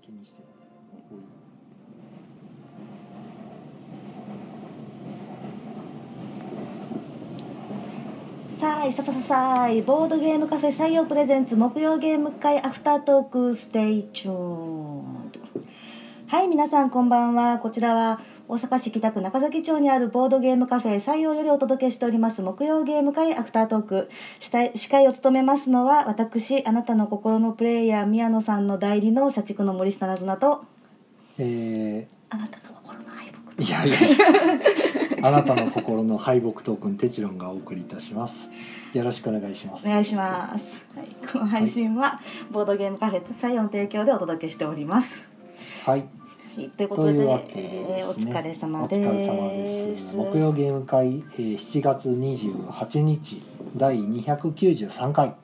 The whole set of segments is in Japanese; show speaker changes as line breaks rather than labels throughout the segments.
気にしてる多い
さあいささささあいボードゲームカフェ採用プレゼンツ木曜ゲーム会アフタートークステイチューンはい皆さんこんばんはこちらは大阪市北区中崎町にあるボードゲームカフェ採用よりお届けしております木曜ゲーム会アフタートークしたい司会を務めますのは私あなたの心のプレイヤー宮野さんの代理の社畜の森下なずなと
え
あなたの心の敗北
ー、い やいやあなたの心の敗北トークンテチロンがお送りいたしますよろしくお願いします
お願いします、はい、この配信はボードゲームカフェ採用の提供でお届けしております
はい
はいということ
と
で
いうわけで
えーお
ですね
疲れ様で
お
す。
疲れ様です木曜ゲーム会、えー、7月28日第293回
は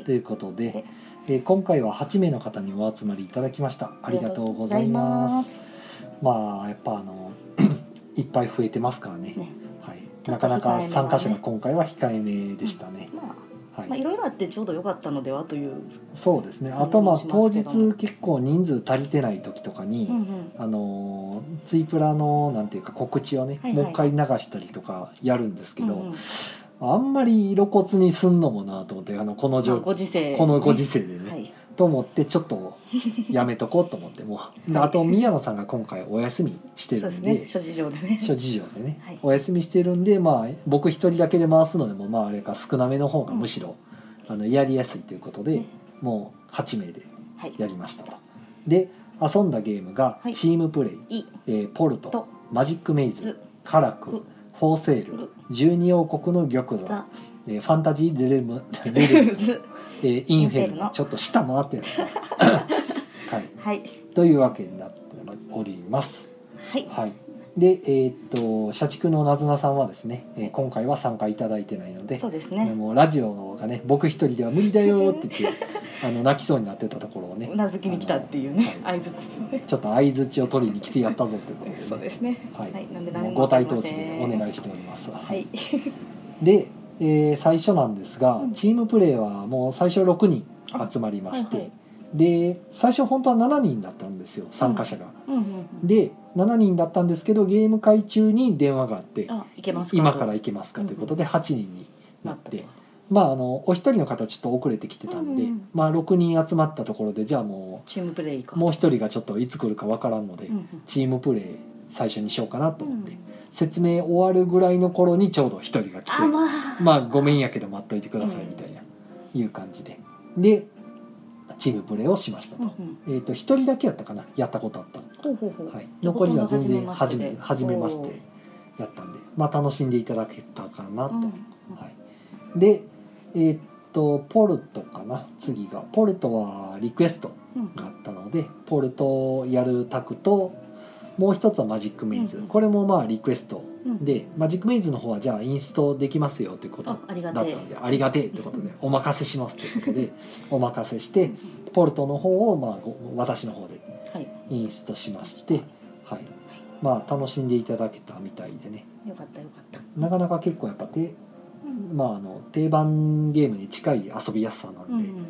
い
ということで、
はい
えー今回は8名の方にお集まりいただきましたありがとうございます
あ
まあやっぱあの いっぱい増えてますからね
りがとうございま
はい、
ちょ
な
っと
か
控えめなね
なか参加者が今回は控えめでしたね
す。、まあ、ま
は
あ
い
い、ろいろあってちょうど良かったのではという。
そうですね
感じ
あとまあ
もし
当
ますけ
日
ど
結構人数足りてない時とかに、
うんうん。
あのーツイプラのなんていうか告知をね、
はいはい
もう一回流したりとかやるんですけど、
うんうん
あんまり露骨にすんのもなと思ってあのこの
まあ
状
ご時世。
このご時世でね、
はい。
と思ってちょっとやめとこうと思っ てもうであと宮野さんが今回お休みし
そ
て
う
る
で
ん
す
で
ね。諸事情で ね。
諸事情でね、
はい
お休みしてるんでまあ僕一人だけで回すのでもまああれか少なめの方がむしろ、あのやりやすいということで、
ね
もう8名で
はい。
やりましたとで遊んだゲームが
はい
チームプレイ、
いい
えーポルト
と
マジックメイズ
ず
カラク
く
フォーセール
る
12王国の玉座
ザ、
えーファンタジーレレムレレム、
ず
えーインフェ
イ
ル
ンフェル
ノ
ノ
ちょっと下回ってるんですねはい
はい
というわけになっております
はい
はい、で、えーっと社畜のなずなさんはですね、えー今回は参加いただいてないので
そうです
あ
ね。
のラジオがね僕一人では無理だよって言って あの泣きそうになってたところをね
うなずきに来たっていうね相づちをね。
ちょっと相づちを取りに来てやったぞってことで、ね、
そうですね。
はい
なんで
も
何
う
も
ご
わか
対
りま
統
せ
治で
ん
お願いしております、は
はい。
で、えー最初なんですが、
うん
チームプレーはもう最初6人集まりまして、で最初本当は7人だったんですよ参加者が、
うんうんうん。
で7人だったんですけどゲーム会中に電話があって
あいけますか。
今から行けますかということで8人になって、
なった
まああのお一人の方ちょっと遅れてきてたんで、
うんうん
まあ、6人集まったところでじゃあも
チームプレイか。
うもう一人がちょっといつ来るかわからんので、
うんうん。
チームプレー最初にしようかなと思って、
うん
説明終わるぐらいの頃にちょうど一人が来て
あまあ。
まあごめんやけど待っといてくださいみたいな、いう感じででチームプレーをしました
うんう
と。
ん。
えー、と一人だけやったかなやったことあったの
ほうほうほう。
はい、残りは全然初め初
初
め
め
ま
ま
し
して
てやったんで、まあ、楽しんでいただけたかなと、
うん
はい、でえーっとポルトかな次がポルトはリクエスト
うん
があったのでポルトをやるタクともう一つはマジックメイズ、
うん
これもまあリクエスト
うん
でマジックメイズの方はじゃあインストできますよということだ
あ
っ
あり
た
がてえ
んでありがてえっ てことでお任せしますということでお任せし
う
て
ん
ポルトの方をまあご私の方で
はい、
インストしまして、はい、まあ楽しんでいただけたみたいでね
よかったよかった。
なかなか結構やっぱて、
うん
まあ、あの定番ゲームに近い遊びやすさなんで、
うんうんうん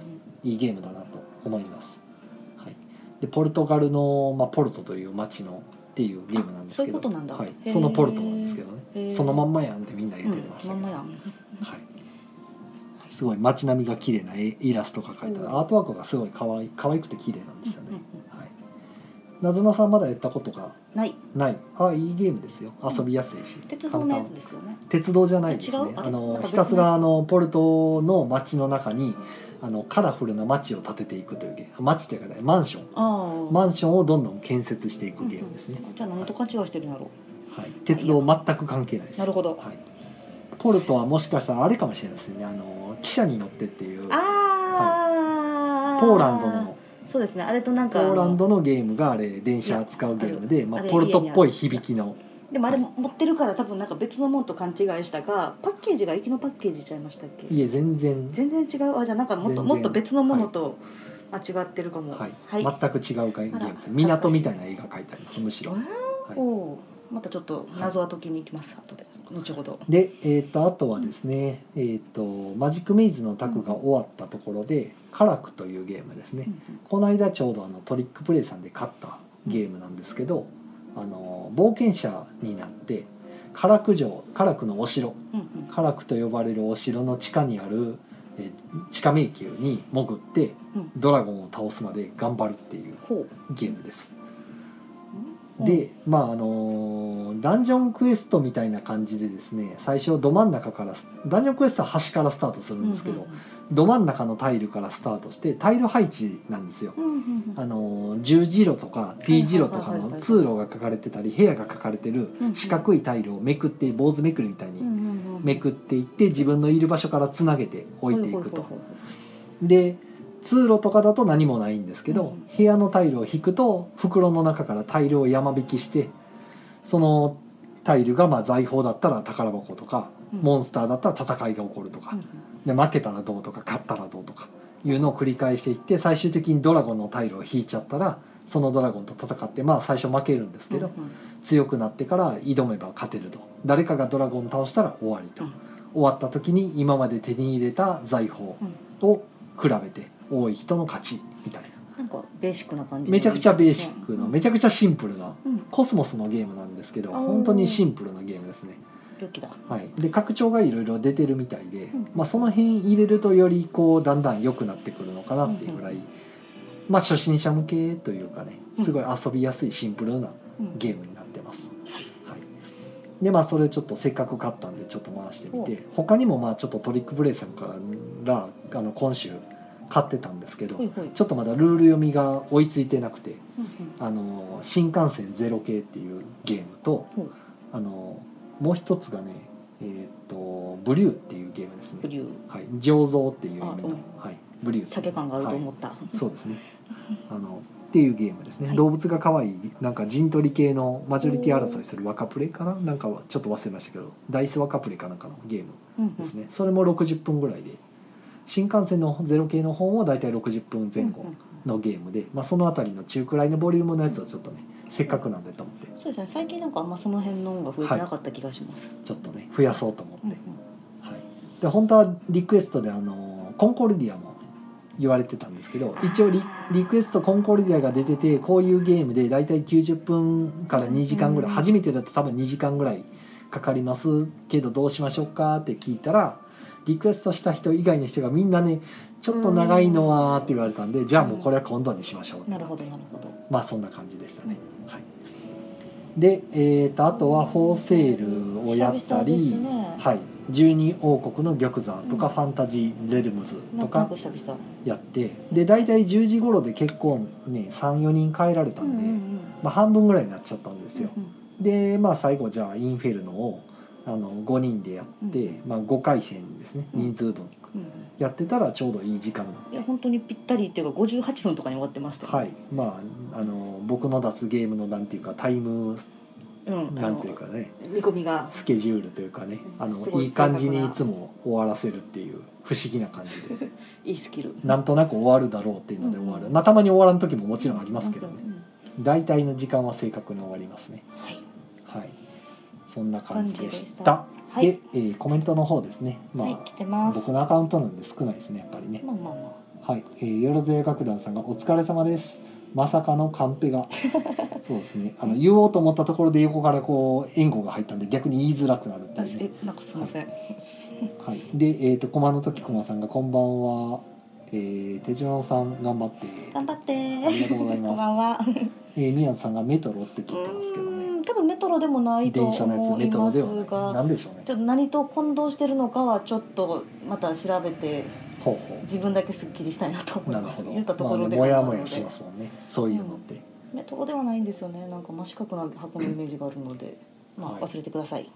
いいゲームだなと思います、はい、でポルトガルの、まあ、ポルトという町のっていうゲームなんですけど
あそういうことなんだ
はい
へ、ー
そのポルトなんですけど
へ
ね
ー
そのまんまやんってみんな
う
言って
ん
まし
まん
たけど、
まやん。
はい、すごい街並みが綺麗な絵イラストが描いてある
うん
アートワークがすごい可愛い可愛くて綺麗なんですよね、
うんうん
はい、なずなさんまだやったことが
ない
ないあいいゲームですよ遊びやすいし、
鉄道のやつですよね。
鉄道じゃないですね
違うあ
あ
れなん
の
か別
ひた
の
すらあのポルトの街の中にあのカラフルな街を建てていくというゲーム街っていうかねマンション
ああ。
マンションをどんどん建設していくゲームですね、
うんうんじゃあ何と勘違いしてるんだろ
はい、鉄道全く関係ないです
なるほど
はい、ポルトはもしかしたらあれかもしれないですねあの汽車に乗ってっていう
う。ああ。
ポーランドの。
そうですね。あれとなん
ポ
か。
ーランドのゲームがあれ電車扱うゲームで、まあ、
あれ
ポルトっぽい響きの
でもあれも持ってるから多分なんか別のもんと勘違いしたが、パッケージが駅のパッケージちゃいましたっけ？
いえ全然、
全然違う。あじゃあなんかもっと
全然
もっと別のものと間違ってるかも。
はい
はい。
全く違うゲーム
あら
です港みたいな絵が描いてありますむしろ
わー
はい
おお。またちょっと謎は解きに行きます、後で後ほど
で、えー、とあとはですね、えー、とマジックメイズのタクが終わったところで「カラク」というゲームですね、この間ちょうどあのトリックプレイさんで勝ったゲームなんですけど、あの冒険者になってカラク城カラクのお城
うんうん
カラクと呼ばれるお城の地下にあるえー地下迷宮に潜って
うんうん
ドラゴンを倒すまで頑張るっていう
ほ
ゲームです。
う
でまああのーダンジョンクエストみたいな感じでですね最初ど真ん中からスダンジョンクエストは端からスタートするんですけど、ど真ん中のタイルからスタートしてタイル配置なんですよ。
うんうんうん
あのー十字路とか T 字路とか
はいはいはいは
の
い
通路が書かれてたり部屋が書かれてる
うんうん
四角いタイルをめくって坊主めくりみたい
うんう
に
んうん
めくっていって自分のいる場所からつなげて置いていくと
ほ。
で通路とかだと何もないんですけど、
うん
部屋のタイルを引くと袋の中からタイルを山引きしてそのタイルがまあ財宝だったら宝箱とか、
うん
モンスターだったら戦いが起こるとか、
うん
で負けたらどうとか勝ったらどうとかいうのを繰り返していって最終的にドラゴンのタイルを引いちゃったらそのドラゴンと戦ってまあ最初負けるんですけど、
うん
強くなってから挑めば勝てると誰かがドラゴンを倒したら終わりと、
うん
終わった時に今まで手に入れた財宝
うん
を比べて多い人の勝ちみたいな
なんかベーシックな感じ
めちゃくちゃベーシックのめ
ち
ちゃくちゃシンプルな
ゃうん
コスモスのゲームなんですけど
おー
本当にシンプルなゲームですね、
良きだ
はい、で拡張がいろいろ出てるみたいで
ん、
まあ、その辺入れるとよりこうだんだん良くなってくるのかなっていうぐらい、まあ、初心者向けというかねすごい遊びやすいシンプルな
うん
ゲームになってます。はい、でまあそれちょっとせっかく買ったんでちょっと回してみて他にもまあちょっとトリックブレイさんからあの今週買ってたんですけど
ほいほい
ちょっとまだルール読みが追いついてなくて
うんうん
「あの新幹線ゼロ系」っていうゲームと
ほう
あのもう一つがねえーっと「ブリュー」っていうゲームです
ブ
ね。
リュー
はい、醸造っていう意味
あう
の
ん、
はい、ブリュー
酒感があると
はい
思った、
そうですね。あのっていうゲームですね。
はい
動物が可愛いなんか陣取り系のマジョリティ争いする若プレかななんかはちょっと忘れましたけど、ダイス若プレかなんかのゲーム
うんう
です
ん
ね。それも60分ぐらいで、新幹線のゼロ系の本をだいたい60分前後
うんうん
のゲームで、まあそのあたりの中くらいのボリュームのやつをちょっとね、せっかくなんでと思って
そうですね最近なんかあんまその辺の音が増えてなかった気がします、
ちょっとね増やそうと思って、
うんうん
はい。で本当はリクエストであのコンコルディアも言われてたんですけど一応リリクエストコンコルディアが出ててこういうゲームで大体90分から2時間ぐらい
うん
初めてだと多分2時間ぐらいかかりますけどどうしましょうかって聞いたらリクエストした人以外の人がみんなねちょっと長いのはって言われたんでじゃあもうこれは今度にしましょうって
なるほどなるほど
まあそんな感じでしたね。はい、で、えー、とあとは「フォーセール」をやったり。
久々ですね
はい、十二王国の玉座とか、
うん
ファンタジーレルムズ
な
と
んかなん
か
か久々
やってで大体10時頃で結構ね34人帰られたんで、まあ、半分ぐらいになっちゃったんですよ、
うん
でまあ最後じゃあインフェルノをあの5人でやって、
う
まあ、5回戦ですね
うん
人数分、
うんうん
やってたらちょうどいい時間だ
いや本当にぴったりっていうか58分とかに終わってましたよ
はいまああの僕の出すゲームのなんていうかタイム
うん、
なんていうかね
あの見込みが
スケジュールというかねあの
すごい
いい感じにいつも終わらせるっていう不思議な感じで
いいスキル
なんとなく終わるだろうっていうので終わる、
うん
まあたまに終わらん時ももちろんありますけど
う
ね
ん
大体の時間は正確に終わりますね
はい
はいそんな感じでした
感はい
で、えーコメントの方ですねまあ、
はい来てます
僕のアカウントなんで少ないですねやっぱりね
まあまあま
はい、えー、よろずや楽団さんがお疲れ様ですまさかのカンペ がそうですねあの言おうと思ったところで横からこう援護が入ったんで逆に言いづらくなるって
あ
いうね
えなんかすみません、
はい、で、えー、と駒の時駒さんが「こんばんは」えー「手順さん頑張って」
頑張って
ありがとうございます
こんばんは
えー、宮野さんが「メトロ」って
う
聞いてますけどね
ーん多分メトロでもないと
電車のやつ
思
メ
い
トロ
ま
ですはない
が
なんでしょうね
ちょっと何と混同してるのかはちょっとまた調べて
ほうほ
自分だけすっきりしたいなと
う
思
ないる
ます
ほど
言ったとこ
ま
ろ
あ
で
ね、
考
も
え
や
るので
もやしますもんねそういうのって、
メトロではないんですよねなんか真四角な箱のイメージがあるのでま
はい
あ忘れてください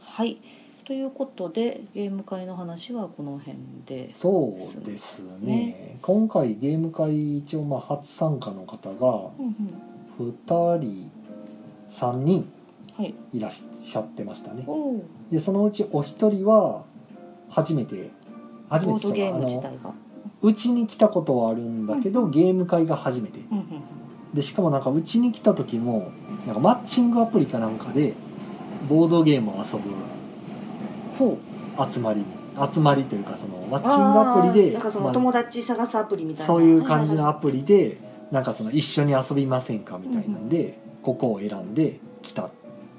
はい、ということでゲーム会の話はこの辺で
そうですね今回ゲーム会一応まあ初参加の方が
うんうん
2人3人
はい
いらっしゃってましたね
おお
でそのうちお一人は初めて初め
ボー
て
ド
とい
ゲ
う
ー
か
ム
あ
自
の
体が
うちに来たことはあるんだけど、ゲーム会が初めて
うんうんうん
でしかもなんかうちに来た時もなんかマッチングアプリかなんかでボードゲームを遊ぶ
ほう
集まり集まりというかそのマッチングアプリ
あー
で
なんかそ
まあ
の友達探すアプリみたいな
そういう感じのア
プ
プリでなんかその一緒に遊びませんかみたいなんで、ここを選んで来た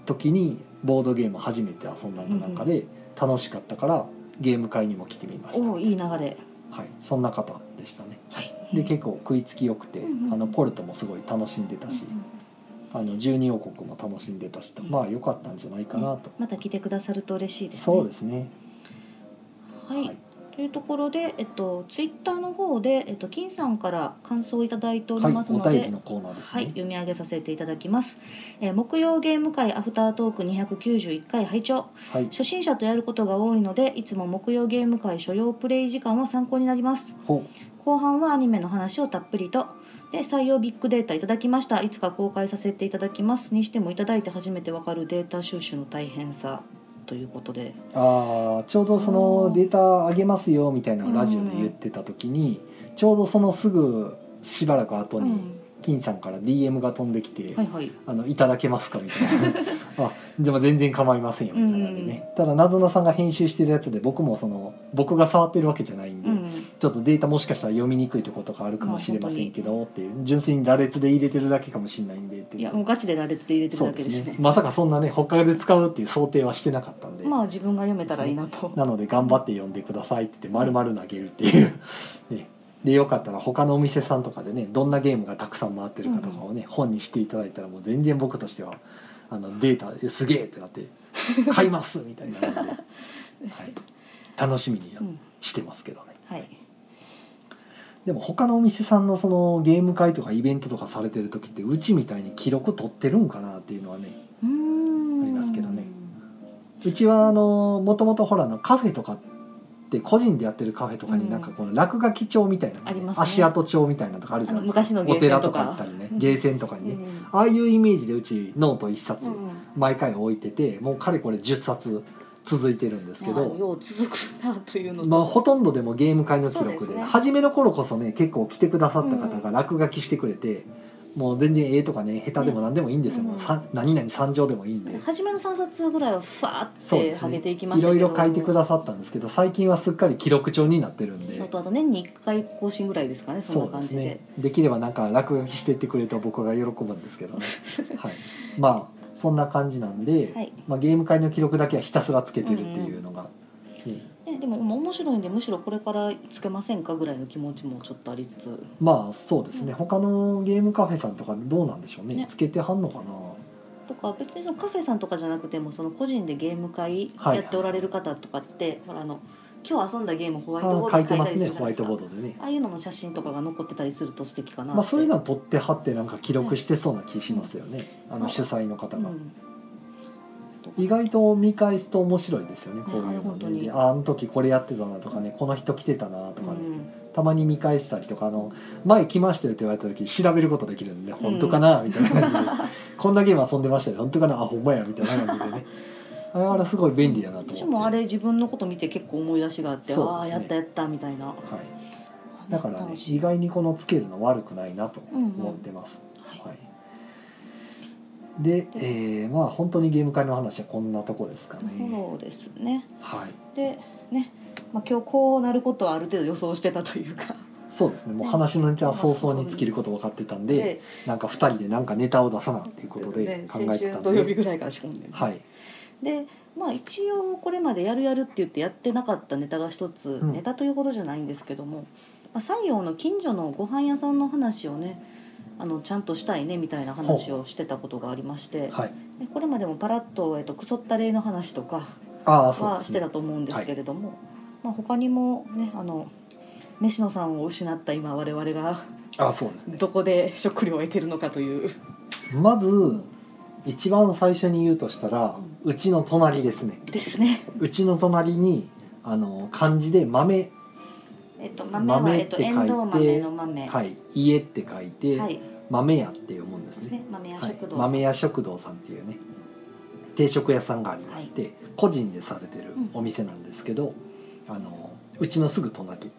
時にボードゲーム初めて遊んだの中で楽しかったからゲーム会にも来てみました、
おーいい流れ
はい、そんな方でしたね
はい
で結構食いつきよくて、
うんうん
あのポルトもすごい楽しんでたし、あの十二王国も楽しんでたしと、まあ良かったんじゃないかなと、
また来てくださると嬉しいですね
そうですね
はい、
はい
というところで、えっと、ツイッターの方で、えっと、金さんから感想をいただいており
はい、
ます
お
ので、
便りのコーナーです
はい、
ね、
読み上げさせていただきます、えー木曜ゲーム会アフタートーク291回拝聴
はい
初心者とやることが多いのでいつも木曜ゲーム会所要プレイ時間は参考になります
ほ
後半はアニメの話をたっぷりとで採用ビッグデータいただきましたいつか公開させていただきますにしてもいただいて初めてわかるデータ収集の大変さということで
あーちょうどそのデータ上げますよみたいなのをラジオで言ってた時に、ちょうどそのすぐしばらく後
う
に
ん
金さんから DM が飛んできて「
はいはい
あのいただけますか?」みたいな 「あでも全然構いませんよ」みたいなんでね、ただなずなさんが編集してるやつで僕もその僕が触ってるわけじゃないんで、
うん
ちょっとデータもしかしたら読みにくいとことかあるかもしれませんけどっていう純粋に羅列で入れてるだけかもしれないんでって
い
言
や
っ
もう
て
ガチで羅列で入れてる
そ
だ
う
け
で
です
す
ね
ねまさかそんなね他で使うっていう想定はしてなかったんで、
まあ自分が読めたらいいなと
なので頑張って読んでくださいって言って丸々投げるっていう、ね、でよかったら他のお店さんとかでねどんなゲームがたくさん回ってるかとかをね、本にしていただいたらもう全然僕としてはあのデータすげえってなって「買います!」みたいなので、 はい、楽しみに
うん
してますけどね。
はい
でも他のお店さんのそのゲーム会とかイベントとかされてる時ってうちみたいに記録取ってるんかなっていうのはね
うーん
ありますけどねうちはあのもともとほらあのカフェとかって個人でやってるカフェとか
う
に
ん
なんかこの落書き帳みたいなのが
ありますね
足跡帳みたいなのとかあるじゃないですか
あの昔のゲー
お
センとか
寺とかあったりね
うん
ゲーセンとか
う
にね、
ん
ああいうイメージでうちノート1冊
うん
毎回置いててもうかれこれ10冊続いてるんですけ
いや
ど。
よう続くなというのと
まあ、ほとんどでもゲーム会の記録
そう
で
ですね
初めの頃こそね結構来てくださった方が落書きしてくれて、もう全然絵とかね下手でも何でもいいんですよ、
うん
もうさ何々三条でもいいんで、
初めの3冊ぐらいはふわーっ
そう
て
です
上
ね
げていきま
い
した
ろ
け
い
ど
ろ書いてくださったんですけど最近はすっかり記録帳になってるんで
そう。とあと年に1回更新ぐらいですかねそんな感じで
できればなんか落書きしてってくれると僕が喜ぶんですけ どね、はい、まあそんな感じなんで、
はい
まあ、ゲーム会の記録だけはひたすらつけてるっていうのが、ね
ねでもまあ面白いんでむしろこれからつけませんかぐらいの気持ちもちょっとありつつ
まあそうです
う
ね、
ん
他のゲームカフェさんとかどうなんでしょうね
ね
つけてはんのかな
とか別にそのカフェさんとかじゃなくてもその個人でゲーム会
はい
やっておられる方とかって、ほらあの今日遊んだゲームホワイトボ
あ
ー
書
ド
い
に書
て
い
ま
た
す
りす
ね
るじゃな
ホワ
いで
イ
す
ト
か
ボードでね
ああいうのの写真とかが残ってたりすると素敵かなって
まあそういうのは取って貼ってなんか記録してそうな気しますよね、あ
ま
の
あ
主催の方が、
うん
意外と見返すと面白いですよねこういうの
本当
で、
に
ああの時これやってたなとかねこの人来てたなとかね、たまに見返したりとかあの前来ましたよって言われた時調べることできるんで、ね、
ん
本当かなみたいな感じでこんなゲーム遊んでましたよ本当かなあほんまやみたいな感 じでねあれはすごい便利だなと思って
私もあれ自分のこと見て結構思い出しがあって、
そうですね
ああやったやったみたいな
はいだからね
楽しい
意外にこのつけるの悪くないなと思ってます。
はい
はいで、えーまあ本当にゲーム会の話はこんなとこですかね。
そうですね
はい、
でね、まあ、今日こうなることはある程度予想してたというか
そうですね。もう話のネタは早々に尽きること分かってたんで、
で
なんか二人でなんかネタを出さなっていうことで
ね
考
先
えて
週
たん
土曜日
で、
ぐらいから仕込んでる、
はい、
でまあ一応これまでやるやるって言ってやってなかったネタが一つ、
うん
ネタということじゃないんですけども、まあ、西洋の近所のご飯屋さんの話をねあのちゃんとしたいねみたいな話をしてたことがありまして、
はい、
でこれまでもパラッと、えっと、クソった例の話とか
ああそう
は
で
し
す
て
ね
た。と思うんですけれども、まあ、他にもねあの飯野さんを失った今我々が
ああそうですね。
どこで食料を得てるのかという、
まず一番最初に言うとしたら、うちの隣ですね。
ですね、
うちの隣にあの漢字で豆
えっと、豆
豆
は
は
えっと、
って書い
エ
て
ンドウ豆の豆
はい、家って書いて、
はい
豆屋って読むんですね
ね。豆屋
はい
食堂、
豆屋食堂さんっていうね定食屋さんがありまして、個人でされてるお店なんですけど、あのうちのすぐ隣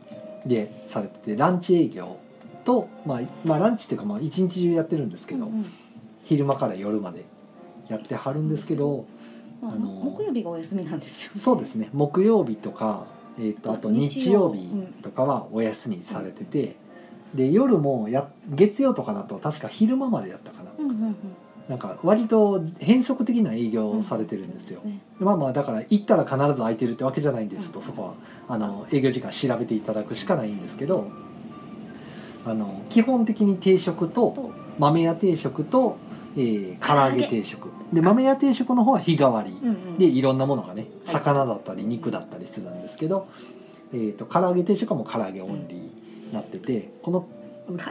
でされててランチ営業と、まあ、まあランチっていうかまあ一日中やってるんですけど、
うんうん
昼間から夜までやってはるんですけど
まあ
あの
木曜日がお休みなんですよ。
そうですね木曜日とか、えー、とあと日曜日
日曜うん
とかはお休みされてて、で夜もや月曜とかだと確か昼間までやったかな
うんうんうん。
なんか割と変則的な営業をされてるんですよ、
ね
まあまあだから行ったら必ず空いてるってわけじゃないんで
うん
ちょっとそこはあの営業時間調べていただくしかないんですけどあの基本的に定食と
と、
豆屋定食と、えー、唐揚げ
唐揚
定食で豆屋定食の方は日替わり
うんうん。
でいろんなものがね
はい
魚だったり肉だったりするんですけど、えー、と唐揚げ定食はもう唐揚げオンリーになっててこの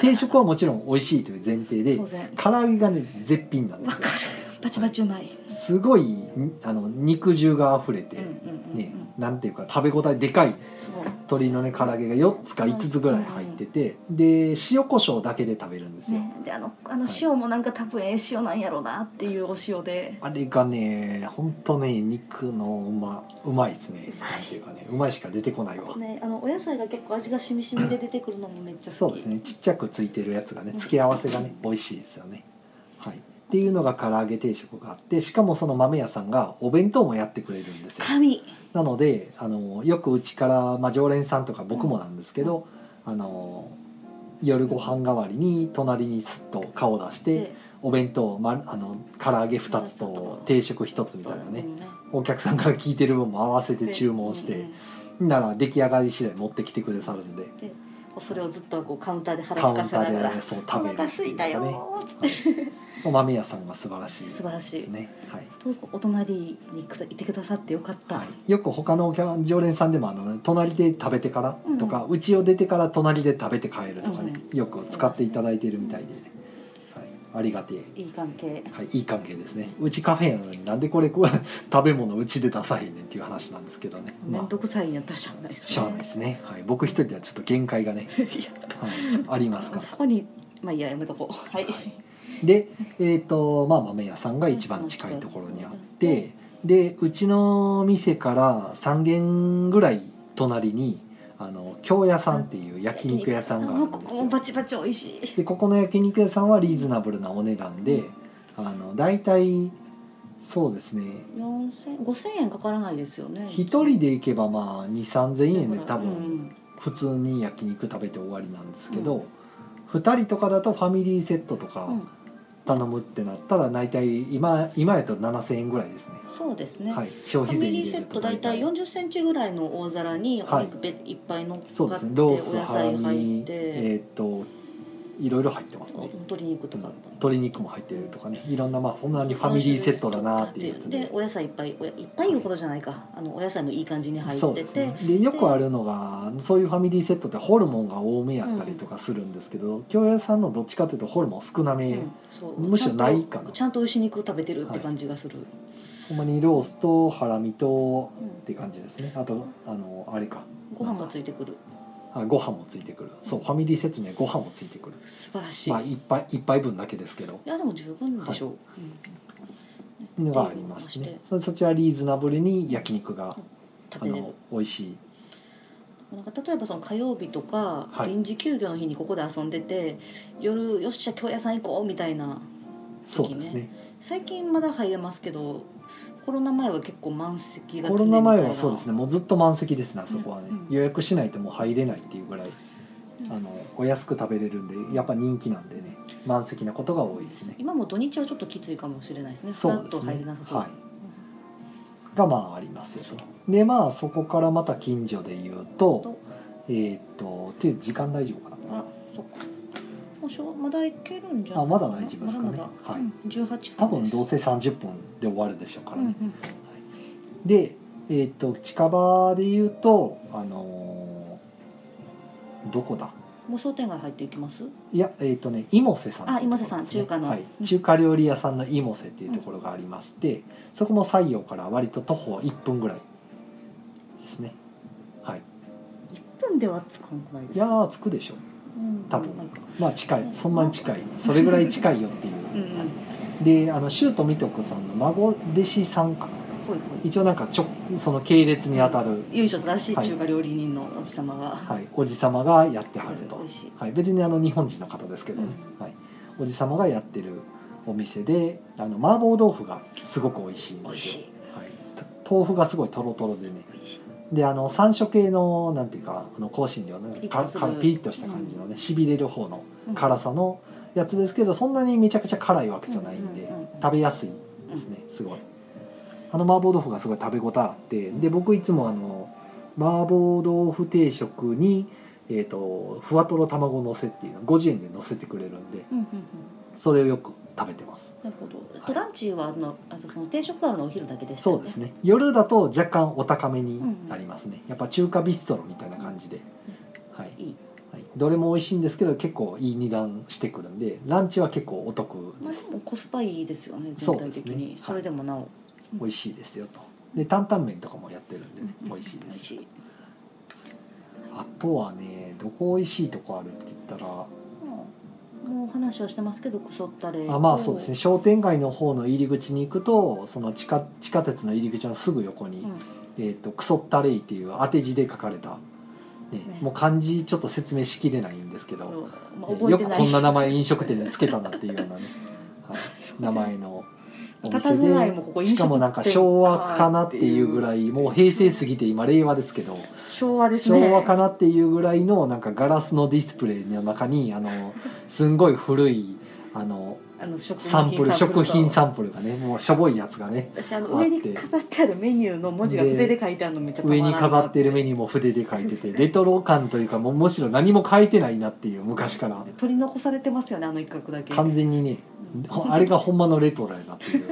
定食はもちろん美味しいという前提で
当然。
唐揚げがね絶品なんで
わ
す
か
よ
る。バチバチうまい。
すごいあの肉汁が溢れて、
うんうんうん。
ね、なんていうか食べ応えでかい
そう。
鶏のね唐揚げが4つか5つぐらい入ってて、で塩コショウだけで食べるんですよ、
ね、であのあの
はい
塩もなんか多分ええ塩なんやろうなっていうお塩で
あれがねほんとね肉のうまうまいですね
うまい
なんていうかねうまいしか出てこないわ、
ねあのお野菜が結構味がしみしみで出てくるのもめっちゃ
そ
好
う
き
ですねちっちゃくついてるやつがね付け合わせがね美味しいですよねはいっていうのが唐揚げ定食があってしかもその豆屋さんがお弁当もやってくれるんですよ
神
なのであのよくうちから、まあ、常連さんとか僕もなんですけど、あの夜ご飯代わりに隣にすっと顔出して
で
お弁当、ま、あの唐揚げ2つと定食1つみたいなねお客さんから聞いてる分も合わせて
で
注文し
うんう
て
ん
なら出来上がり次第持ってきてくださるんで
それをずっとこうカウンターで
カ
腹す
ウン
かせ
タ
な
ー
が
で
ら
ねそう
お
食べる
腹
って
す
い
いうた
か
よ
ね
ーっつって
お豆屋さんが素晴らしい
素晴らし
です
い
ねはい
とお隣にくだいてくださってよかった、
はい、よく他のお客常連さんでもあの、ね、隣で食べてからとか、うちを出てから隣で食べて帰るとかね、よく使っていただいてるみたいで、はい、ありがてえ、
い、い関係
はい、いい関係ですねうちカフェなのになんでこれこう食べ物うちで出さへんねんっていう話なんですけどね
面
ま
倒
あ
くさいんやったらしゃあないですね
しゃあないですね、はい、僕一人ではちょっと限界がね、
いや
はい、ありますから
そこにまあいいややめとこうはい、
で、えーとまあ、豆屋さんが一番近いところにあってでうちの店から3軒ぐらい隣にあの京屋さんっていう焼肉屋さんがあるん
こ
で
こもバ
すよ
チバチ美味しい
でここの焼肉屋さんはリーズナブルなお値段であの大体そうですね
四千五千円かからないですよね
1人で行けばまあ2 3 0 0 0円で多
うん
分
うん
普通に焼肉食べて終わりなんですけど、2人とかだとファミリーセットとか、
うん
頼むってなったら大体今今やと7000円ぐらいですね
そうですね、
はい消
ファ
費税
ミリ
入
ーセ
れ
ッ
る
ト
と
大体40センチぐらいの大皿にお
はい
肉べいっぱい乗っかってお
そうですねロース
野
ハラ
菜入っ
ミ
て、
えーっといろいろ入ってますね
鶏肉とか、
うん鶏肉も入ってるとかねいろんなまあほんなにファミリーセットだなっていうやつ
でお野菜いっぱいおやいっぱいいうことじゃないかあのお野菜もいい感じに入
そう
って
です
て、
ねでよくあるのがそういうファミリーセットってホルモンが多めやったりとかするんですけど京谷さんのどっちかというとホルモン少なめ、
うんそう
むしろないか
ちゃんと
な
ちゃんと牛肉食べてるって感じがする、
ほんまにロースとハラミと
うん
って感じですねあとあのあれか
ご飯もついてくる
あご飯もついてくるそうファミリーセットにはご飯もついてくる
素晴らしい、
まあ、一杯一杯分だけですけど
いやでも十分でしょう、うん
のがありま
って
して
いう
ね
のが
そそちらリーズナブルに焼肉が
食
あ
べれる
の美味しい
なんか例えばその火曜日とか、
はい
臨時休業の日にここで遊んでて夜よっしゃ京屋さん行こうみたいな
そうですね
最近まだ入れますけどコロナ前は結構満席が
コロナ前はそうですねもうずっと満席ですねあそこはね、
うん
予約しないともう入れないっていうぐらい、
うん
あのお安く食べれるんでやっぱ人気なんでね満席なことが多いですね
今も土日はちょっときついかもしれないですねふ
そ
ら
う
っ
で
と
すね
入れなさそう、
はいがまあありますよとでまあそこからまた近所で言うと
と
えーっとっていう時間大丈夫かな
あそっかもうしょうまだいけるんじゃない
あまだ大丈夫ですかね
まだまだ
はい
うん、18分です
多分どうせ30分で終わるでしょうか
う
ら
んう
ね、
ん
で、えー、と近場で言うと、あのーどこだ
もう商店街入っていきます
いやえっ、とねイモセさん
あイモセさん中華の
はい
うん
中華料理屋さんのイモセっていうところがありまして、そこも西洋から割と徒歩1分ぐらいですねはい
1分ではつかんくないです
いやー着くでしょ
うん
多分
まあいいか
まあ近いそんなに近いそれぐらい近いよっていう
うんうん
であのシュートミトコさんの孫弟子さんかな
ほいほい
一応なんかちょその系列にあたる、
由緒正しい中華料理人のおじ様が、
はい、おじ様がやってはると
美味しい、
はい、別にあの日本人の方ですけどね、はい、おじ様がやってるお店であの麻婆豆腐がすごく美味しいん
美
で
味
す
し
よ
い
はい、と豆腐がすごいとろとろでね
美味しい
であの山椒系のなんていうかあの香辛料の
ピリッ
か
とする
かピリッとした感じのねしびれる方の
うん
辛さのやつですけどそんなにめちゃくちゃ辛いわけじゃないんで
うんうんうん
食べやすいですねすごいあの麻婆豆腐がすごい食べ応えあってで僕いつもあの麻婆豆腐定食にえー、とふわとろ卵のせっていうの50円でのせてくれるんで
うんうんうん
それをよく食べてます
なるほどトランチはあのあそうその定食はあのお昼だけでしたよ
そうですね夜だと若干お高めになりますねやっぱ中華ビストロみたいな感じではい
いい
はい、どれも美味しいんですけど結構いい値段してくるんでランチは結構お得
ま
で
あ、
す
でもコスパいいですよね
そ
全
うで
体
すね
的にそ,、
はい
れでもなお、
美味しいですよとで担々麺とかもやってるんでね美味しい
美
で
味
す
しい
あとはねどこ美味しいとこあるって言ったら
もうもうお話はしてますけどクソったれ
あまあそうですね、商店街の方の入り口に行くとその地下地下鉄の入り口のすぐ横に
うん、
「えー、とクソったれい」っていう当て字で書かれた、ね
ね
もう漢字ちょっと説明しきれないんですけど、
まあ、
えー
覚え
よ
て
く
な
こ
い
んな名前飲食店につけたなっていうよ うなね、はい、名前のお店
佇まいもここ
でしかもなんか昭和かなっていうぐらいもう平成過ぎて今令和ですけど
昭和ですね
昭和かなっていうぐらいのなんかガラスのディスプレイの中にあのすんごい古いあの
あの食
サンプル食品
ン
サンプルがねもうしょぼいやつがね
私あの
あって
上に飾ってあるメニューの文字が筆で書いてあるのめっちゃたま
上
らん
に
な
飾ってる目にも筆で書いててレトロ感というかもうむしろ何も書いてないなっていう昔から
取り残されてますよねあの一角だけ
完全にねほあれがほんまのレトロやなっていう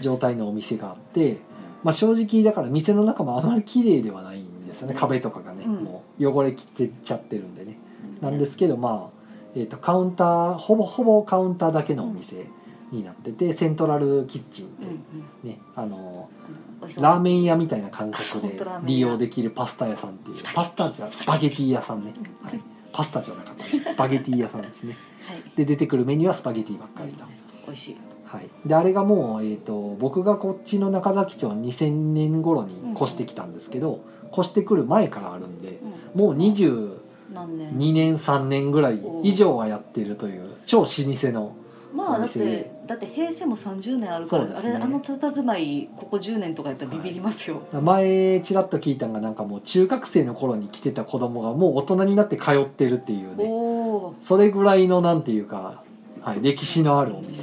状態のお店があって、まあ、正直だから店の中もあまり綺麗ではないんですよね壁とかがね、
うん
もう汚れきってちゃってるんでねなんですけどまあ、えー、とカウンターほぼほぼカウンターだけのお店になっててセントラルキッチン
うんうん
で、ねあの
美味しそう
ラーメン屋みたいな感覚で
あそうラーメン屋
利用できるパスタ屋さんっていう
スパゲティ
パスタじゃスパゲティ屋さんね、
うん
はい、パスタじゃなかった、 ね、スパゲティ屋さんですね
はい
で出てくるメニューはスパゲティばっかりだ
美味しい
はい、であれがもう、えー、と僕がこっちの中崎町2000年頃に越してきたんですけど、越してくる前からあるんで
うん
もう22
何年
年3年ぐらい以上はやってるという超老舗の
まあだっ
お店で
てだって平成も30年あるから、
そうで
あ
すね
れあの佇まいここ10年とかやったらビビりますよ、
前ちらっと聞いたのがなんかもう中学生の頃に来てた子供がもう大人になって通ってるっていうね
おお
それぐらいのなんていうか、はい、歴史のあるお店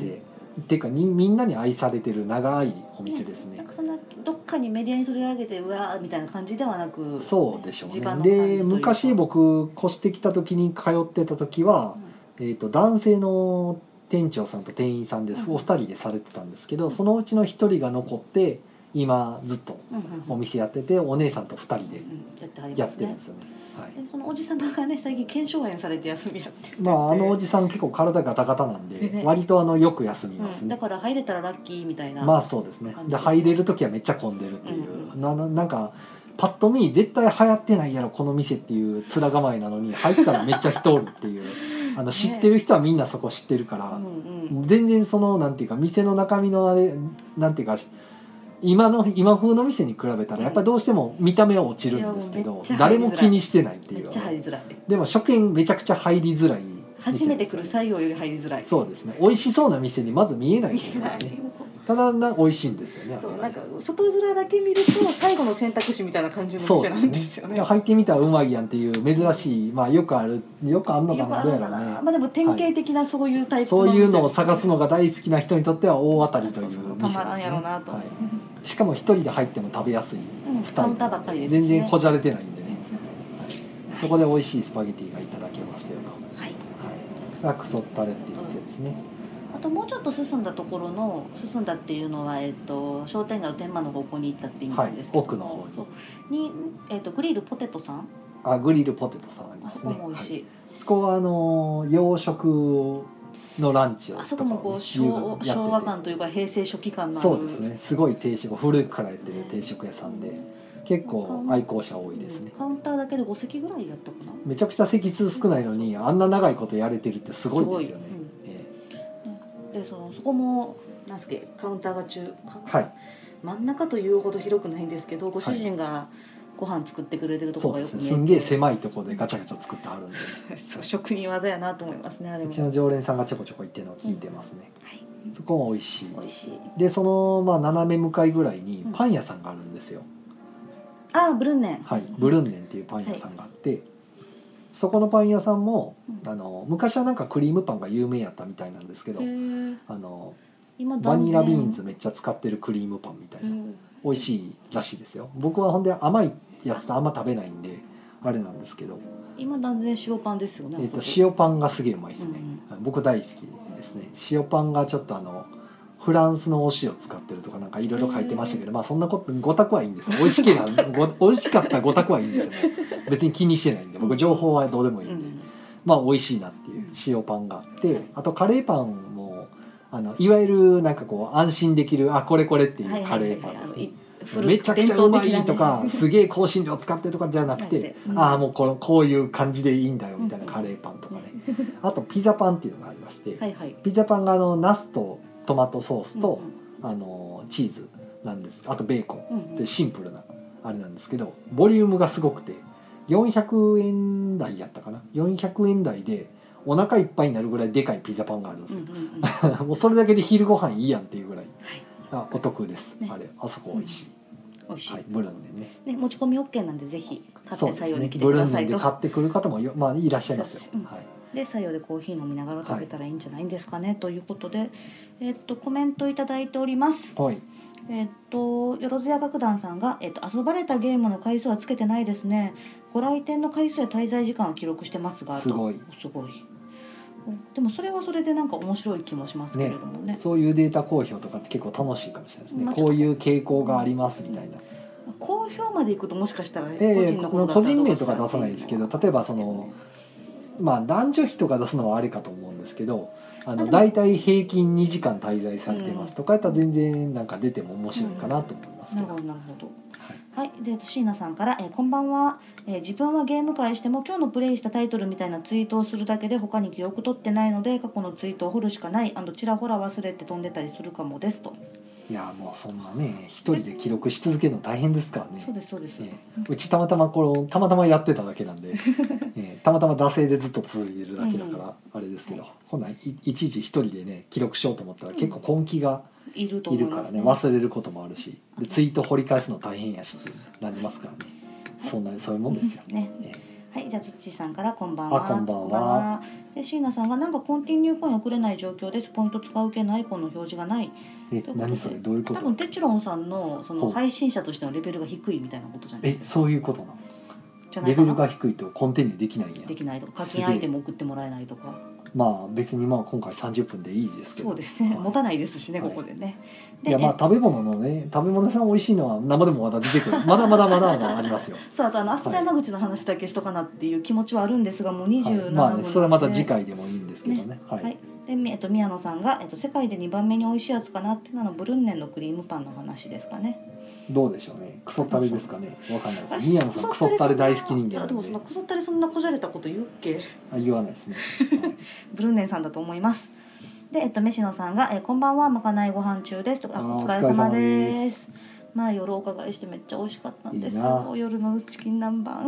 っていうかにみんなに愛されてる長いお店ですね
なんかそんなどっかにメディアに取り上げてうわーみたいな感じではなく
そうでしょ
時間
う
の感じと
ね
いう
で
か
昔僕越してきた時に通ってた時は、えー、と男性の店長さんと店員さんで
う
す、
ん
お二人でされてたんですけど、
うん
そのうちの一人が残って今ずっと
うんうんうん
お店やっててお姉さんと二人で
うんやってはり
や
ま
っ
す
てるん
ね
ですよね。はい
でそのおじ様がね最近腱鞘炎されて休みやってて
まあ、あのおじさん結構体ガタガタなんで
ね
割とあのよく休み
う
ます
ん、だ
ね、
から入れたらラッキーみたいな、
まあそうですね
感じ
で
ですね
入れる時はめっちゃ混んでるっていう、
う
なななんかパッと見絶対流行ってないやろこの店っていう面構えなのに入ったらめっちゃ人おるっていうあの知ってる人はみんなそこ知ってるから、
うんうん、
全然そのなんていうか店の中身のあれなんていうか今の今風の店に比べたらやっぱりどうしても見た目は落ちるんですけ
いやもう
ど
めっちゃ入りづらい
誰も気にしてないって
め
い
っ
う
ちゃ入りづらい
でも初見めちゃくちゃ入りづらい店です
初めて来る採用より入りづらい
そうですね美味しそうな店にまず見えない
見
で
え
すか
な
ら
い
ねただな美味しいんですよね
そう
あ
な
れ
ん
は
か外面だけ見ると最後の選択肢みたいな感じの
そう
店なんですよね
入ってみたらうまいやんっていう珍しいまあよくあるよくあんのか
よく
な
あ
どう
る
や
ん
ろ
だ
う
な、
ね
まあでも典型的なそういうタイプ
そういうのを探す
の
のが大好きな人にとっては大当たりという店ですね
たまらんやろうなと、
はいしかも一人で入っても食べやすい
うん
スタイル
カウンターばっかりですね
全然こじゃれてないんでね、はいそこで美味しいスパゲティがいただけますよと、
はい
はい、がクソったれっていう店ですね、
あともうちょっと進んだところの進んだっていうのは、えっと商店街の天満の方向に行ったって意味なんですけども、
はい奥の方に
そうにえっとグリルポテトさん
あグリルポテトさんあり
あ
ま
そ
す
こ
ね
も美味しい、
はいそこはあのー洋食のランチを
あそこもこう昭
夕方やってて
昭和感というか平成初期感のある
そうですねすごい定食古くからやってる定食屋さんで結構愛好者多いですね
カウンターだけで5席ぐらいやったかな
めちゃくちゃ席数少ないのにあんな長いことやれてるってすごいですよね
すごいうん
ええ
でそのそこもなんすけカウンターが中か
はい
真ん中というほど広くないんですけどご主人がご飯作ってくれてるとこ
そ
ろ
う
が
で
よ
す
く
ね
見えて
すんげえ狭いところでガチャガチャ作ってあるんで
そう職人技やなと思いますねあれ
う
も、
ち
は
の常連さんがちょこちょこ行ってるのを聞いてますね
い、
そこも美味しい
美味しい
でそのまあ斜め向かいぐらいにパン屋さんがあるんですよ、
ああブルンネン
はい、ブルンネンっていうパン屋さんがあって、そこのパン屋さんも
うん
あの昔はなんかクリームパンが有名やったみたいなんですけど
へえ
あの
今
バニラビーンズ
断
めっちゃ使ってるクリームパンみたい
然う
な、
ん
美味しいらしいですよ僕はほんで甘いやつとあんま食べないんであれなんですけど、
今断然塩パンですよね
えっと
あそこ
塩パンがすげえうまいですね、僕大好きですね塩パンがちょっとあのフランスのお塩使ってるとかなんかいろいろ書いてましたけど、まあそんなことごたくはいいんですよ美味しけりゃ ご美味しかったごたくはいいんですよね別に気にしてないんで僕情報はどうでもいい
うん
で、
ん
まあ美味しいなっていう塩パンがあってあとカレーパンもあのいわゆるなんかこう安心できるあこれこれっていうカレーパンですね、めちゃくちゃうまいと か、すげえ香辛料使ってとかじゃなく
な
て
くて、うん
ああもうこのこういう感じでいいんだよみたいな
うん
カレーパンとかね、あとピザパンっていうのがありまして、
はいはい
ピザパンがあのナスとトマトソースと
う、
あのチーズなんですあとベーコ
んうん
ンでシンプルなあれなんですけどボリュームがすごくて400円台やったかな400円台でお腹いっぱいになるぐらいでかいピザパンがあるんです
うん
よ
うん、うん
もうそれだけで昼ご飯いいやんっていうぐらい、あお得です、
ね
あれあそこ美味しい。
美味しい、
はい、ブルンネンね。
ね持ち込み OK なんでぜひ買って
そうです
採用
ね
に来。て
ブ
く
ル
だ
ン
さ
ネン
い
で
と
買ってくる方もよ、まあ、いらっしゃいます
う
よ。
ん
はい。
で採用でコーヒー飲みながら食べたらいいんじゃないんですかね、ということで、えっとコメントいただいております。
はい。
えっとよろずや楽団さんが、えっと遊ばれたゲームの回数はつけてないですね。ご来店の回数や滞在時間を記録してますが、
すごい
とすごい。おでもそれはそれでなんか面白い気もしますけれどもね。
そういうデータ公表とかって結構楽しいかもしれないですね。
まあ
こういう傾向がありますみたいな。
公表まで行くともしかしたら個
ええ
人のことだ
個
ったら
人
ど
名
う
と
か
か
な
出
っていう
さ
のは
ないですけど、例えばその。まあ、男女比とか出すのはあれかと思うんですけどあ
あで
の
も
大体平均2時間滞在されてますとかやったら全然なんか出ても面白いかなと思いますけ
なる
ど、
ほどなるほど。はい、で椎名さんから、えーこんばんは、えー自分はゲーム会しても今日のプレイしたタイトルみたいなツイートをするだけで他に記憶取ってないので過去のツイートを掘るしかないちらほら忘れて飛んでたりするかもですと、
いやもうそんなね一人で記録し続けるの大変ですからね
そうですそうです、
ええうちたまたまこのたまたまやってただけなん で、ええたまたま惰性でずっと続いてるだけだからあれですけど、こんなんいいちいち一人でね記録しようと思ったら結構根気が
いると
い
思い
るか
ま
ら
す
ね忘れることもあるしでツイート掘り返すの大変やしなりますからねそんなそういうもんですよ。
ね
ええ
はいじゃあ土さんからこんばんは
あこんばんは
で椎名さんがなんかコンティニューコイン送れない状況ですポイント使う系のアイコンの表示がない
え
ということで
何それどういうこ
多
と
分テチロンさんのそ
ほ
の
う
配信者としてのレベルが低いみたいなことじゃない
えそういうことな
じゃ
の
ない
レ
か
ベル
な
が低いとコンティニューできないんや
できないとか課
すげ
金
え
アイテム送ってもらえないとか
まあ別にまあ今回30分でいいですけ
そう
ど
ですね、
はい
持たないですしね、
はい
ここでね。
い
で、
やまあ
え
食べ物のね食べ物屋さん美味しいのは生でもまだ出て くるまだまだまだまだありますよ
そうあとあの飛鳥山口の話だけしとかなっていう気持ちはあるんですが、もう27分、
はい、まあねそれはまた次。回でもいいんですけどねはい、
はい。で、みえっと宮野さんがえっと世界で2番目に美味しいやつかなってなのはブルンネンのクリームパンの話ですかね。
どうでしょうねクソったれですかねわかんない
あ
で
れ
す宮野さんクソったれ大好き人
いや
間
で
なん
も
で
そんなくそったれそんなこじゃれたこと言うっけ？
あ言わないですね、はい
ブルンネンさんだと思います。で、えっと、飯野さんが、えーこんばんは、まかないご飯中ですとか、
あ
あ
ー
お疲れ様
お疲れ様
で。
です
まあ、夜お伺いして、めっちゃ美味しかったんです
いいな
よ。夜のチキン南蛮。 は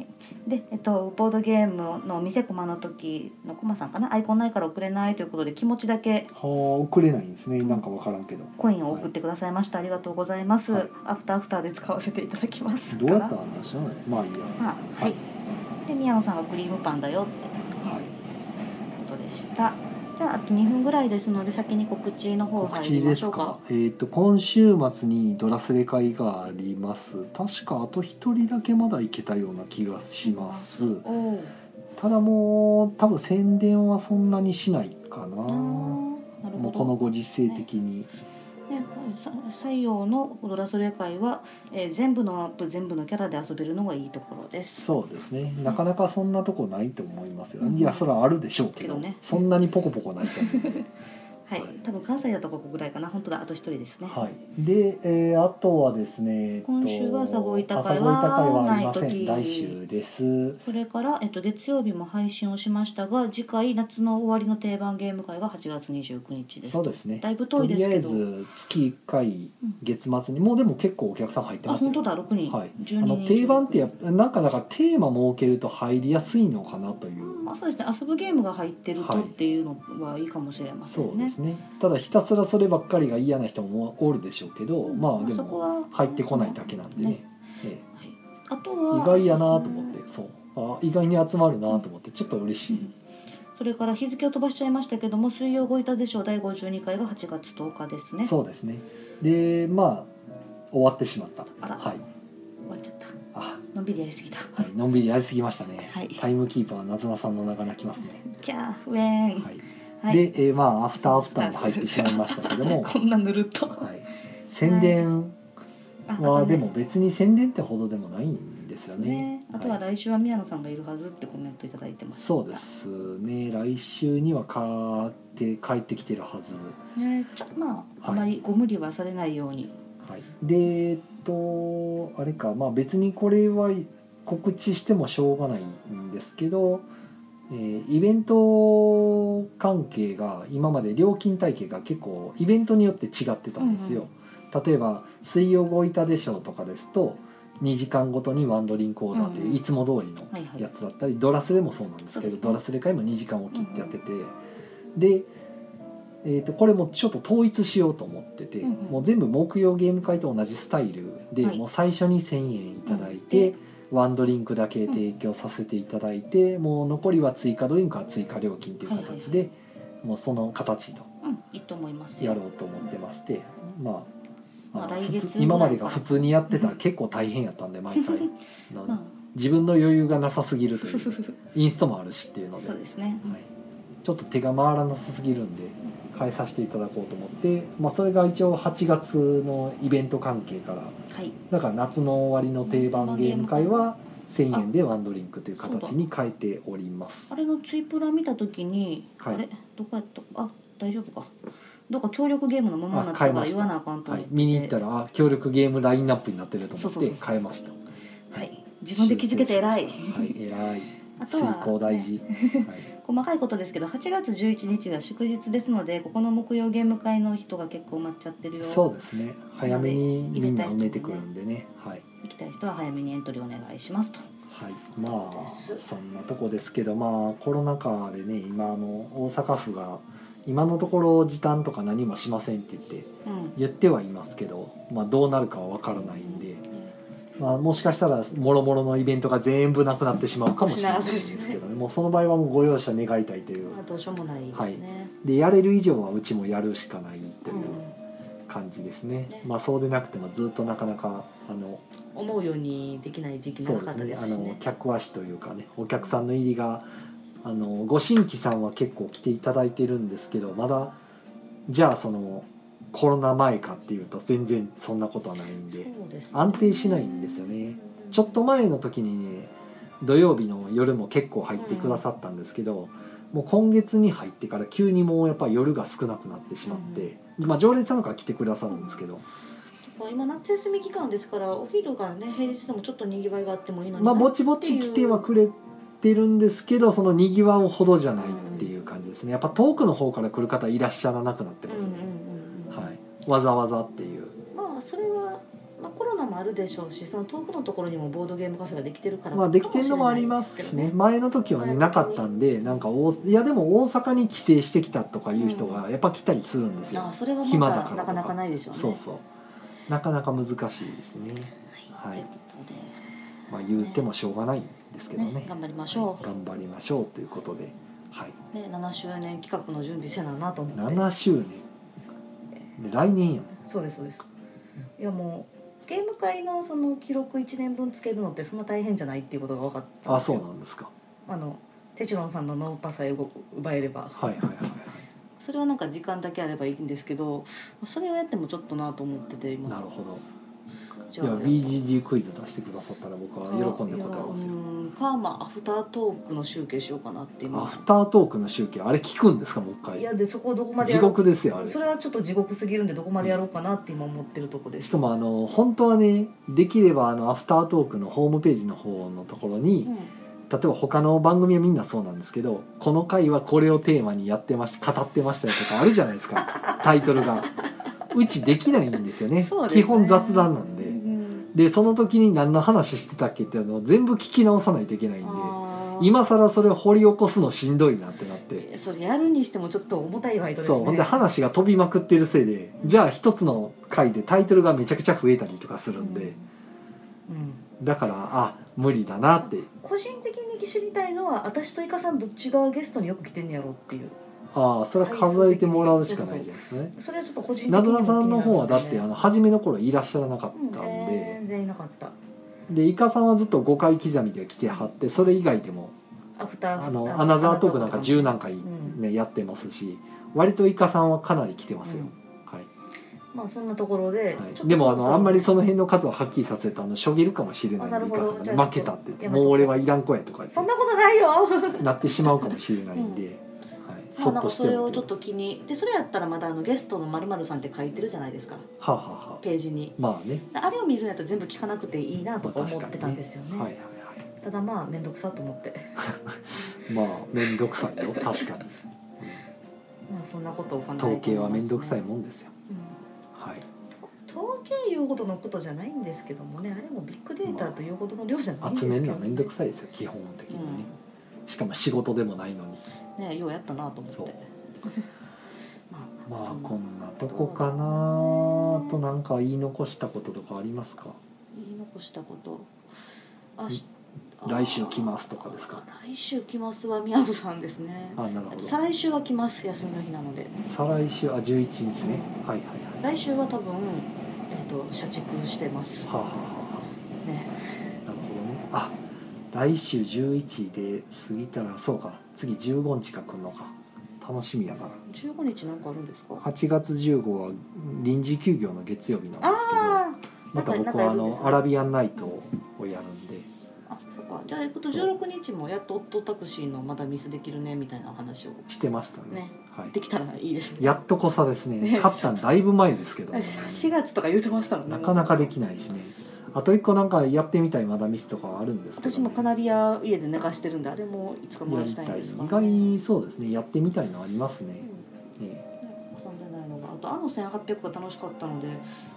い、で、えっと、ボードゲームの店コマの時のコマさんかな、アイコンないから送れないということで、気持ちだけ。
はあ送れないんですねなんかわからんけど
コインを送ってくださいました。ありがとうございます。
はい
アフターアフターで使わせていただきます。
どうやった
か
ら話しないまあいいや
なまあ、はい。で、宮野さんがクリームパンだよって。
はい
ことでした。じゃああと2分ぐらいですので先に告知の方
告
入
知
りま
で
しょ
す
うか
か。えー、と今週末にドラスレ会があります確かあと一人だけまだ行けたような気がします、
おう
ただもう多分宣伝はそんなにしないかな
あ
も
ーなる
う
ほ
この
ど。
ご時世的に、
ね、さ採用のドラそれ会は、えー全部のアップ全部のキャラで遊べるのがいいところです。
そうですねなかなかそんなとこないと思いますよ、
うん
いやそらあるでしょうけ
け
ど
どね
そんなにポコポコないと思うんで
はい、
はい
多分関西だとここぐらいかな本当だあと一人ですね、
はい、で、えーあとはですね、えっと
今週は朝ごいた会は
朝ごいた会はありません
ない
来
時
週です
それから、えっと、月曜日も配信をしましたが次回夏の終わりの定番ゲーム会は8月29日です
そうですね
だいぶ
と
遠いで
り
す
あ
け
え
ど
ず月1回
うん
月末にもうでも結構お客さん入って
あ
ました
本
よ
当だ6人、
はい、あ
12人
の定番ってやっぱなんかだからテーマ設けると入りやすいのかなという、
うんまあ、そうですね遊ぶゲームが入ってると
はい
っていうのはいいかもしれませ
そ
ん
うで
ね
す。ねただひたすらそればっかりが嫌な人もおるでしょうけど、
うん
まあで
そこ
も
は
入ってこないだけなんでね
ね
え
はいあと
え
は
意外やなと思って、そうあ意外に集まるなと思ってちょっと嬉しい、
それから日付を飛ばしちゃいましたけども水曜ごいたでしょう第52回が8月10日ですね終
そうですねでまあ終わってしまった
あら
はい
わっちゃった
あ
のんびりやりすぎた
はいのんびりやりすぎましたね、
はい
タイムキーパーはなずなさんの中泣きますね、
キャーウェーン
はい
はい、
で、えーまあアフターアフターに入ってしまいましたけど も、
こんなぬるっと
はい、宣伝
ああ
は
とね
でも別に宣伝ってほどでもないんですよね
ね。あとはい来週は宮野さんがいるはずってコメントいただいてます
そうですね来週には帰って帰ってきてるはず、
ねちょまあ、
はい
あまりご無理はされないように
はい、でえっとあれかまあ別にこれは告知してもしょうがないんですけど、えーイベント関係が今まで料金体系が結構イベントによって違ってたんですよ、例えば「水曜ごいたでしょ」とかですと2時間ごとにワンドリンクオーダーと
うん
いううんいつも通りの
はいはい
やつだったりドラスレもそうなんです
そ
け
うで
ど
すね
ドラスレ会も2時間おきってやっててでえーとこれもちょっと統一しようと思ってて
うんうん
もう全部木曜ゲーム会と同じスタイルで
はい
もう最初に1,000円いただい
うん
て
で
ワンドリンクだけ提供させていただいてもう残りは追加ドリンクは追加料金という形
は
でもうその形と
うんいいと思います
や
よ
ろうと思ってましてまあ
まあ
あの
来
普
月
通今までが普通にやってたら結構大変やったんで 毎回な
ま
自分の余裕がなさすぎる
あ
という インストもあるしっていうので
そうですね、
はい、ちょっと手が回らなさすぎるんで変えさせていただこうと思って、まあ、それが一応8月のイベント関係から
はい
だから夏の終わりの定番ゲーム会は1,000円でワンドリンクという形に変えております
あ。れのツイプラ見たときに、
はい
あれどこやったあ大丈夫かどうか協力ゲームのままなった
あ変え
ら
まし
言
た
わなあかんと
は
思っ
い
て、、
見に行ったらあ協力ゲームラインナップになってると
そうそ
思
う
っ
そう
て
そう
変えました
はい自分で気づけて偉い
はい偉い
あと
遂
は、
行大 事、はい、
細かいことですけど8月11日が祝日ですのでここの木曜ゲーム会の人が結構埋まっちゃってるよ
そうですね早めにみんな埋めてくるんでねはい
行きたい人は早めにエントリーお願いしますと
はい、ま
で
あ
す
そんなとこですけどまあコロナ禍でね今あの大阪府が今のところ時短とか何もしませんって言って
うん
言ってはいますけど、まあ、どうなるかはわからないんで、まあ、もしかしたらもろもろのイベントが全部なくなってしまうかもしれないんですけどねもうその場合はもうご容赦願いたいという
まあどうしようもないですね、
でやれる以上はうちもやるしかないといううん感じですね、まあそうでなくてもずっとなかなかあの
思うようにできない時期
そ
長
う
か
で
っ
す
たです
ねあ
し
の
ね
客足というかねお客さんの入りがあのご新規さんは結構来ていただいてるんですけどまだじゃあそのコロナ前かっていうと全然そんなことはないんで
そうですね
安定しないんですよねちょっと前の時にね土曜日の夜も結構入ってくださったんですけど、もう今月に入ってから急にもうやっぱ夜が少なくなってしまって、まあ常連さんの方は来てくださるんですけど、
今夏休み期間ですからお昼がね平日でもちょっとにぎわいがあってもいいのに
まあぼちぼち来てはくれてるんですけどそのにぎわうほどじゃないっていう感じですねやっぱ遠くの方から来る方いらっしゃらなくなって
うん
ま
うん
す
う
ね、
んうん
はい、わざわざっていう
まあそれは、まあ、コロナもあるでしょうしその遠くのところにもボードゲームカフェができてるから
まあできてるのもありますしね前の時はねなかったんでなんか大いやでも大阪に帰省してきたとかいう人がやっぱ来たりするんです
あ
よ
あ、それは
暇
ま
だから
た
とか
なかなかないでしょうね
そうそうなかなか難しいですね、
は、
はいい
ということ
まあ、言うてもしょうがないんですけ
で、
ど
ね
ね
頑張りましょ
頑張りましょうということで、はい、
う、ね、7周年企画の準備せななと思って
7周年で来年やん
そうですそうですいやもうゲーム会のその記録1年分つけるのってそんな大変じゃないっていうことが分かった
あ
です
そう
よ
なんですか
あのテチロンさんのノーパさえ動く奪えれば
はいはいはいは
それはなんか時間だけあればいいんですけどそれをやってもちょっとなと思ってて
いな
今
るほど
じ
い
ゃあ
や BGG クイズ出してくださったら僕は喜んで答えますよ
うんカーマアフタートークの集計しようかなって
ア
今
フタートークの集計あれ聞くんですかもう一
い
回
やでそこをどこまで
地
やろう
獄ですよあれ
それはちょっと地獄すぎるんでどこまでやろうかなって今思ってるとこで
し
す
かもあの本当はねできればあのアフタートークのホームページの方のところに、
うん
例えば他の番組はみんなそうなんですけどこの回はこれをテーマにやってました語ってましたよとかあるじゃないですかタイト ルがうちできないんですよね
そうですね
基本雑談なん
う
で
ん
でその時に何の話してたっけっていうのを全部聞き直さないといけないんで
あー
今更それを掘り起こすのしんどいなってなって
えそれやるにしてもちょっと重たいバイトです
そう
ね
ほんで話が飛びまくってるせいでじゃあ一つの回でタイトルがめちゃくちゃ増えたりとかするんで、
うん、うん
だからあ無理だなって
個人的に知りたいのは私とイカさんどっちがゲストによく来てんやろっていう
ああそれは数えてもらうしかないじゃないですね
それはちょっと個人的に
な
も
ずなさんの方はだっ
気に
て
な
あ
る
の初めの頃いらっしゃらなかっ
ん
た
だ
ん
よね
で
全然いなかった
でイカさんはずっと5回刻みで来てはってそれ以外でも
アフター
あのアナザートークなんか十何回ねやってますし割とイカさんはかなり来てます
う
よ
ん
はい
まあそんなところで、
はい
ちょっと
でもあ
そろそろ
のあんまりその辺の数をはっきりさせるとあのしょげるかもしれない
あなる
イ
ほ
カ
ど
さんが
じゃ
ね
あ
負けたって言って
やめと
も
こう
う俺はいらん子やとか言って
そんなことないよ
なってしまうかもしれないんではい
ま
そ
あなんか
っとし
そ
て
れ
お
を
い
ち
て
ょっと気にでそれやったらまだあのゲストのまるまるさんって書いてるじゃないですか
はあはあはあ
ページに
まあね
あれを見るんやったら全部聞かなくていいなとか
まあ
思っ
確かにね
てたんですよね,、
はいはいは
ただまあ面倒くさと思って
いまあ面倒くさ いよ確かに
まあそんなことを考えて
統計は面倒くさい
ん、
もんですよ
うん
はい
統計いうほどのことじゃないんですけどもねあれもビッグデータというほどの量じゃないんです
集
けど、
めるのは面倒くさいですよ基本的にね、しかも仕事でもないのに
うん、ねようやったなと思って
そう
まあ
まあ
そんな
こんなとこかなあとなんか言い残したこととかありますか
言い残したことあし
来週来ますとかですか
来週来ますは宮野さんですね
あなるほど
再来週は来ます休みの日なので
再来週あ11日ねはいはいはい
来週は多分、えっと社畜してます
はあ、はあは
ね
あ、なるほどねあ来週11で過ぎたらそうか次15日か来るのか楽しみやな
15日なんかあるんですか
8月15は臨時休業の月曜日なんですけど
あ
また
なんか
僕
なんか
は
や
あ
るんです
の
ね
アラビアンナイトをやるんで
ああそっかじゃあ、えっと、16日もやっと夫タクシーのまだミスできるねみたいな話を
してましたね
ね
はい、
できたらいいですね
やっとこさですね
ね
勝ったんだいぶ前で すけど、
4月とか言ってましたもんね
なかなかできないしねあと一個なんかやってみたいまだミスとかはあるんですけど、
私もカナリア家で寝かしてるんであれもいつか
や
回
り
したい
た
ん
い
です
意
が、
外にそうですねやってみたいのありますね
う、ん
え
遊んでないのがあとあの1800が楽しかったので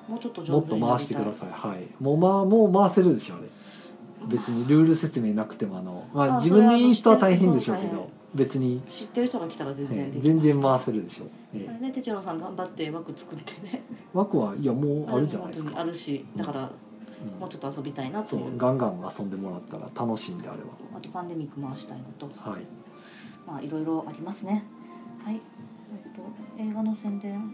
もうちょっと
えも
上
っ
手
と
にや
回
り
して
たい
くださいはいもう,、まあ、もう回せるでしょあれ別にルール説明なくてもあの、まあ、
あ
自分
そ
で
れは
インストは大変でしょう
知ってる
け
人は
ど別に、
知ってる人が来たら全
え
然
え
でき
全
ます、
然回せるでしょう、え
あれ
え
ねてちろさん頑張って枠作ってね
枠はいやもうあるじゃないです
れも本当に
か、
あるしだから
うん
もうちょっと遊びたいなと
そ
いう
うガンガン遊んでもらったら楽しいんであれ
あとパンデミック回したいのと
ばはい
まあいろいろありますねはいえっと映画の宣伝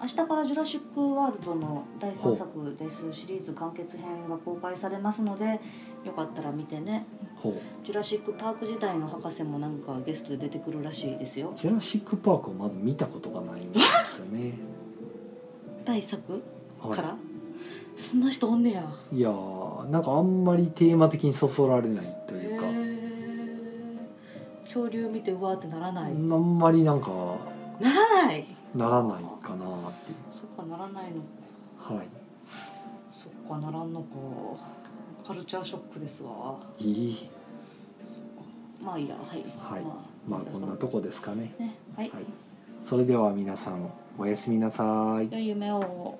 明日から「ジュラシック・ワールド」の第3作ですシリーズ完結編が公開されますのでよかったら見てね
ほ
ジュラシック・パーク時代の博士もなんかゲストで出てくるらしいですよ
うジュラシック・パークをまず見たことがないんですよね、
第作か
は
らそんな人おんねや
い、いやーなんかあんまりテーマ的にそそられないというか、
へー恐竜見てうわーってならない
あんまりなんか
ならない
ならないかなーってい
そっかならないの
うはい
そっかならんのかカルチャーショックですわ
いい
まあいいやはい、
はいまあこんなとこですかね
ねはい、
はいそれでは皆さんおやすみなさい
良い夢を